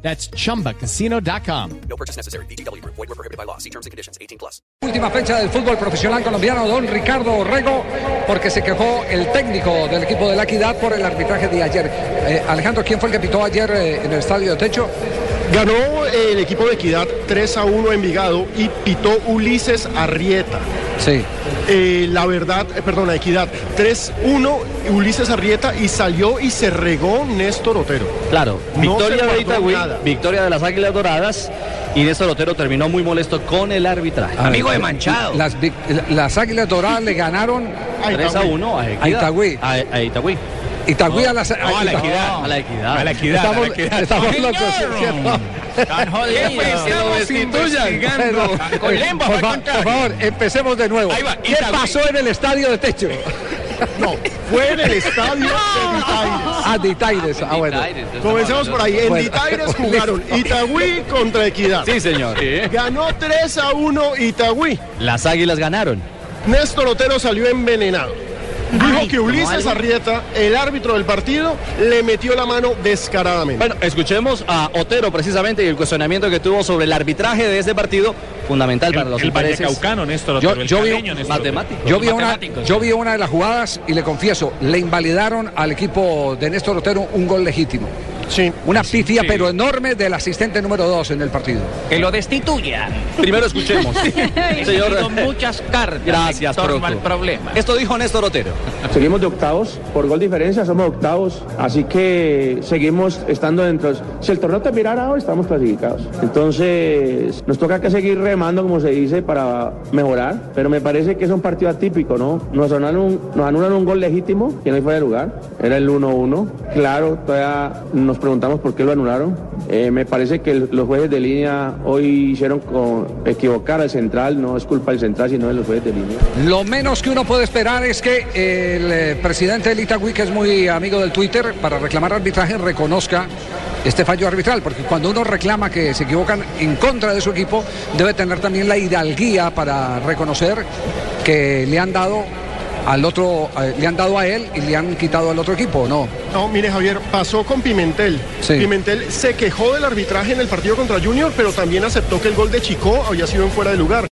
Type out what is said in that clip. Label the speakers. Speaker 1: That's chumbacasino.com.
Speaker 2: No purchase necessary. BGW. Void were prohibited by law. See terms and conditions. 18 plus.
Speaker 3: Última fecha del fútbol profesional colombiano, don Ricardo Orrego, porque se quejó el técnico del equipo de la Equidad por el arbitraje de ayer. Eh, Alejandro, ¿quién fue el que pitó ayer eh, en el estadio de Techo?
Speaker 4: Ganó el equipo de Equidad 3 a 1 en Vigado y pitó Ulises Arrieta.
Speaker 3: Sí.
Speaker 4: Eh, la verdad, eh, perdona, Equidad 3-1 Ulises Arrieta y salió y se regó Néstor Otero.
Speaker 5: Claro,
Speaker 4: No se
Speaker 5: victoria de
Speaker 4: guardó
Speaker 5: Itagüí,
Speaker 4: nada.
Speaker 5: victoria de las Águilas Doradas y Néstor Otero terminó muy molesto con el arbitraje.
Speaker 3: Amigo de Manchado. Las, vic- las Águilas Doradas le ganaron
Speaker 4: A
Speaker 5: 3 a
Speaker 4: Itagüí.
Speaker 5: 1 a, Equidad.
Speaker 3: A Itagüí.
Speaker 5: A, a Itagüí.
Speaker 3: Itagüí a las... a Itagüí.
Speaker 5: A la Equidad.
Speaker 6: A la equidad, a la
Speaker 3: Estamos,
Speaker 6: equidad.
Speaker 3: estamos locos, ¿cierto?
Speaker 6: Están jodidos.
Speaker 3: Bueno, eh, por, fa- por favor, empecemos de nuevo.
Speaker 6: Ahí va,
Speaker 3: ¿Qué
Speaker 6: Itagüí.
Speaker 3: pasó en el estadio de Techo?
Speaker 4: No, fue en el estadio de Vitaires.
Speaker 3: Ah, de Itaires. Ah, bueno.
Speaker 4: Comencemos por ahí. En
Speaker 3: Bueno.
Speaker 4: Vitaires jugaron Itagüí contra Equidad.
Speaker 5: Sí, señor.
Speaker 4: Ganó 3 a 1 Itagüí.
Speaker 5: Las Águilas ganaron.
Speaker 4: Néstor Otero salió envenenado. Dijo que Ulises Arrieta, el árbitro del partido, le metió la mano descaradamente.
Speaker 5: Bueno, escuchemos a Otero precisamente y el cuestionamiento que tuvo sobre el arbitraje de ese partido, fundamental para los
Speaker 6: el
Speaker 5: intereses.
Speaker 6: vallecaucano, Néstor
Speaker 5: Yo,
Speaker 6: Otero, el
Speaker 5: yo vi
Speaker 6: caleño, Néstor Otero.
Speaker 5: matemático.
Speaker 3: Yo vi, una, yo vi una de las jugadas y le confieso, le invalidaron al equipo de Néstor Otero un gol legítimo.
Speaker 4: Sí.
Speaker 3: Una pifia pero enorme del asistente número 2 en el partido.
Speaker 7: Que lo destituyan.
Speaker 5: Primero escuchemos. señor,
Speaker 7: Señor, muchas cartas.
Speaker 5: gracias,
Speaker 7: en torno
Speaker 5: Procto.
Speaker 7: al problema.
Speaker 5: Esto dijo Néstor Otero.
Speaker 8: Seguimos de octavos, por gol diferencia somos octavos, así que seguimos estando dentro. Si el torneo terminara hoy, estamos clasificados. Entonces, nos toca que seguir remando, como se dice, para mejorar, pero me parece que es un partido atípico, ¿no? Nos anulan un, nos anulan un gol legítimo, que no fue de lugar, era el 1-1. Claro, todavía nos preguntamos por qué lo anularon. Eh, me parece que el- los jueces de línea hoy hicieron con- equivocar al central, no es culpa del central, sino de los jueces de línea.
Speaker 3: Lo menos que uno puede esperar es que el eh, presidente del Itagüí, que es muy amigo del Twitter, para reclamar arbitraje reconozca este fallo arbitral, porque cuando uno reclama que se equivocan en contra de su equipo, debe tener también la hidalguía para reconocer que le han dado al otro, eh, le han dado a él y le han quitado al otro equipo, ¿o ¿no?
Speaker 4: No, mire Javier, pasó con Pimentel.
Speaker 3: Sí.
Speaker 4: Pimentel se quejó del arbitraje en el partido contra Junior, pero también aceptó que el gol de Chicó había sido en fuera de lugar.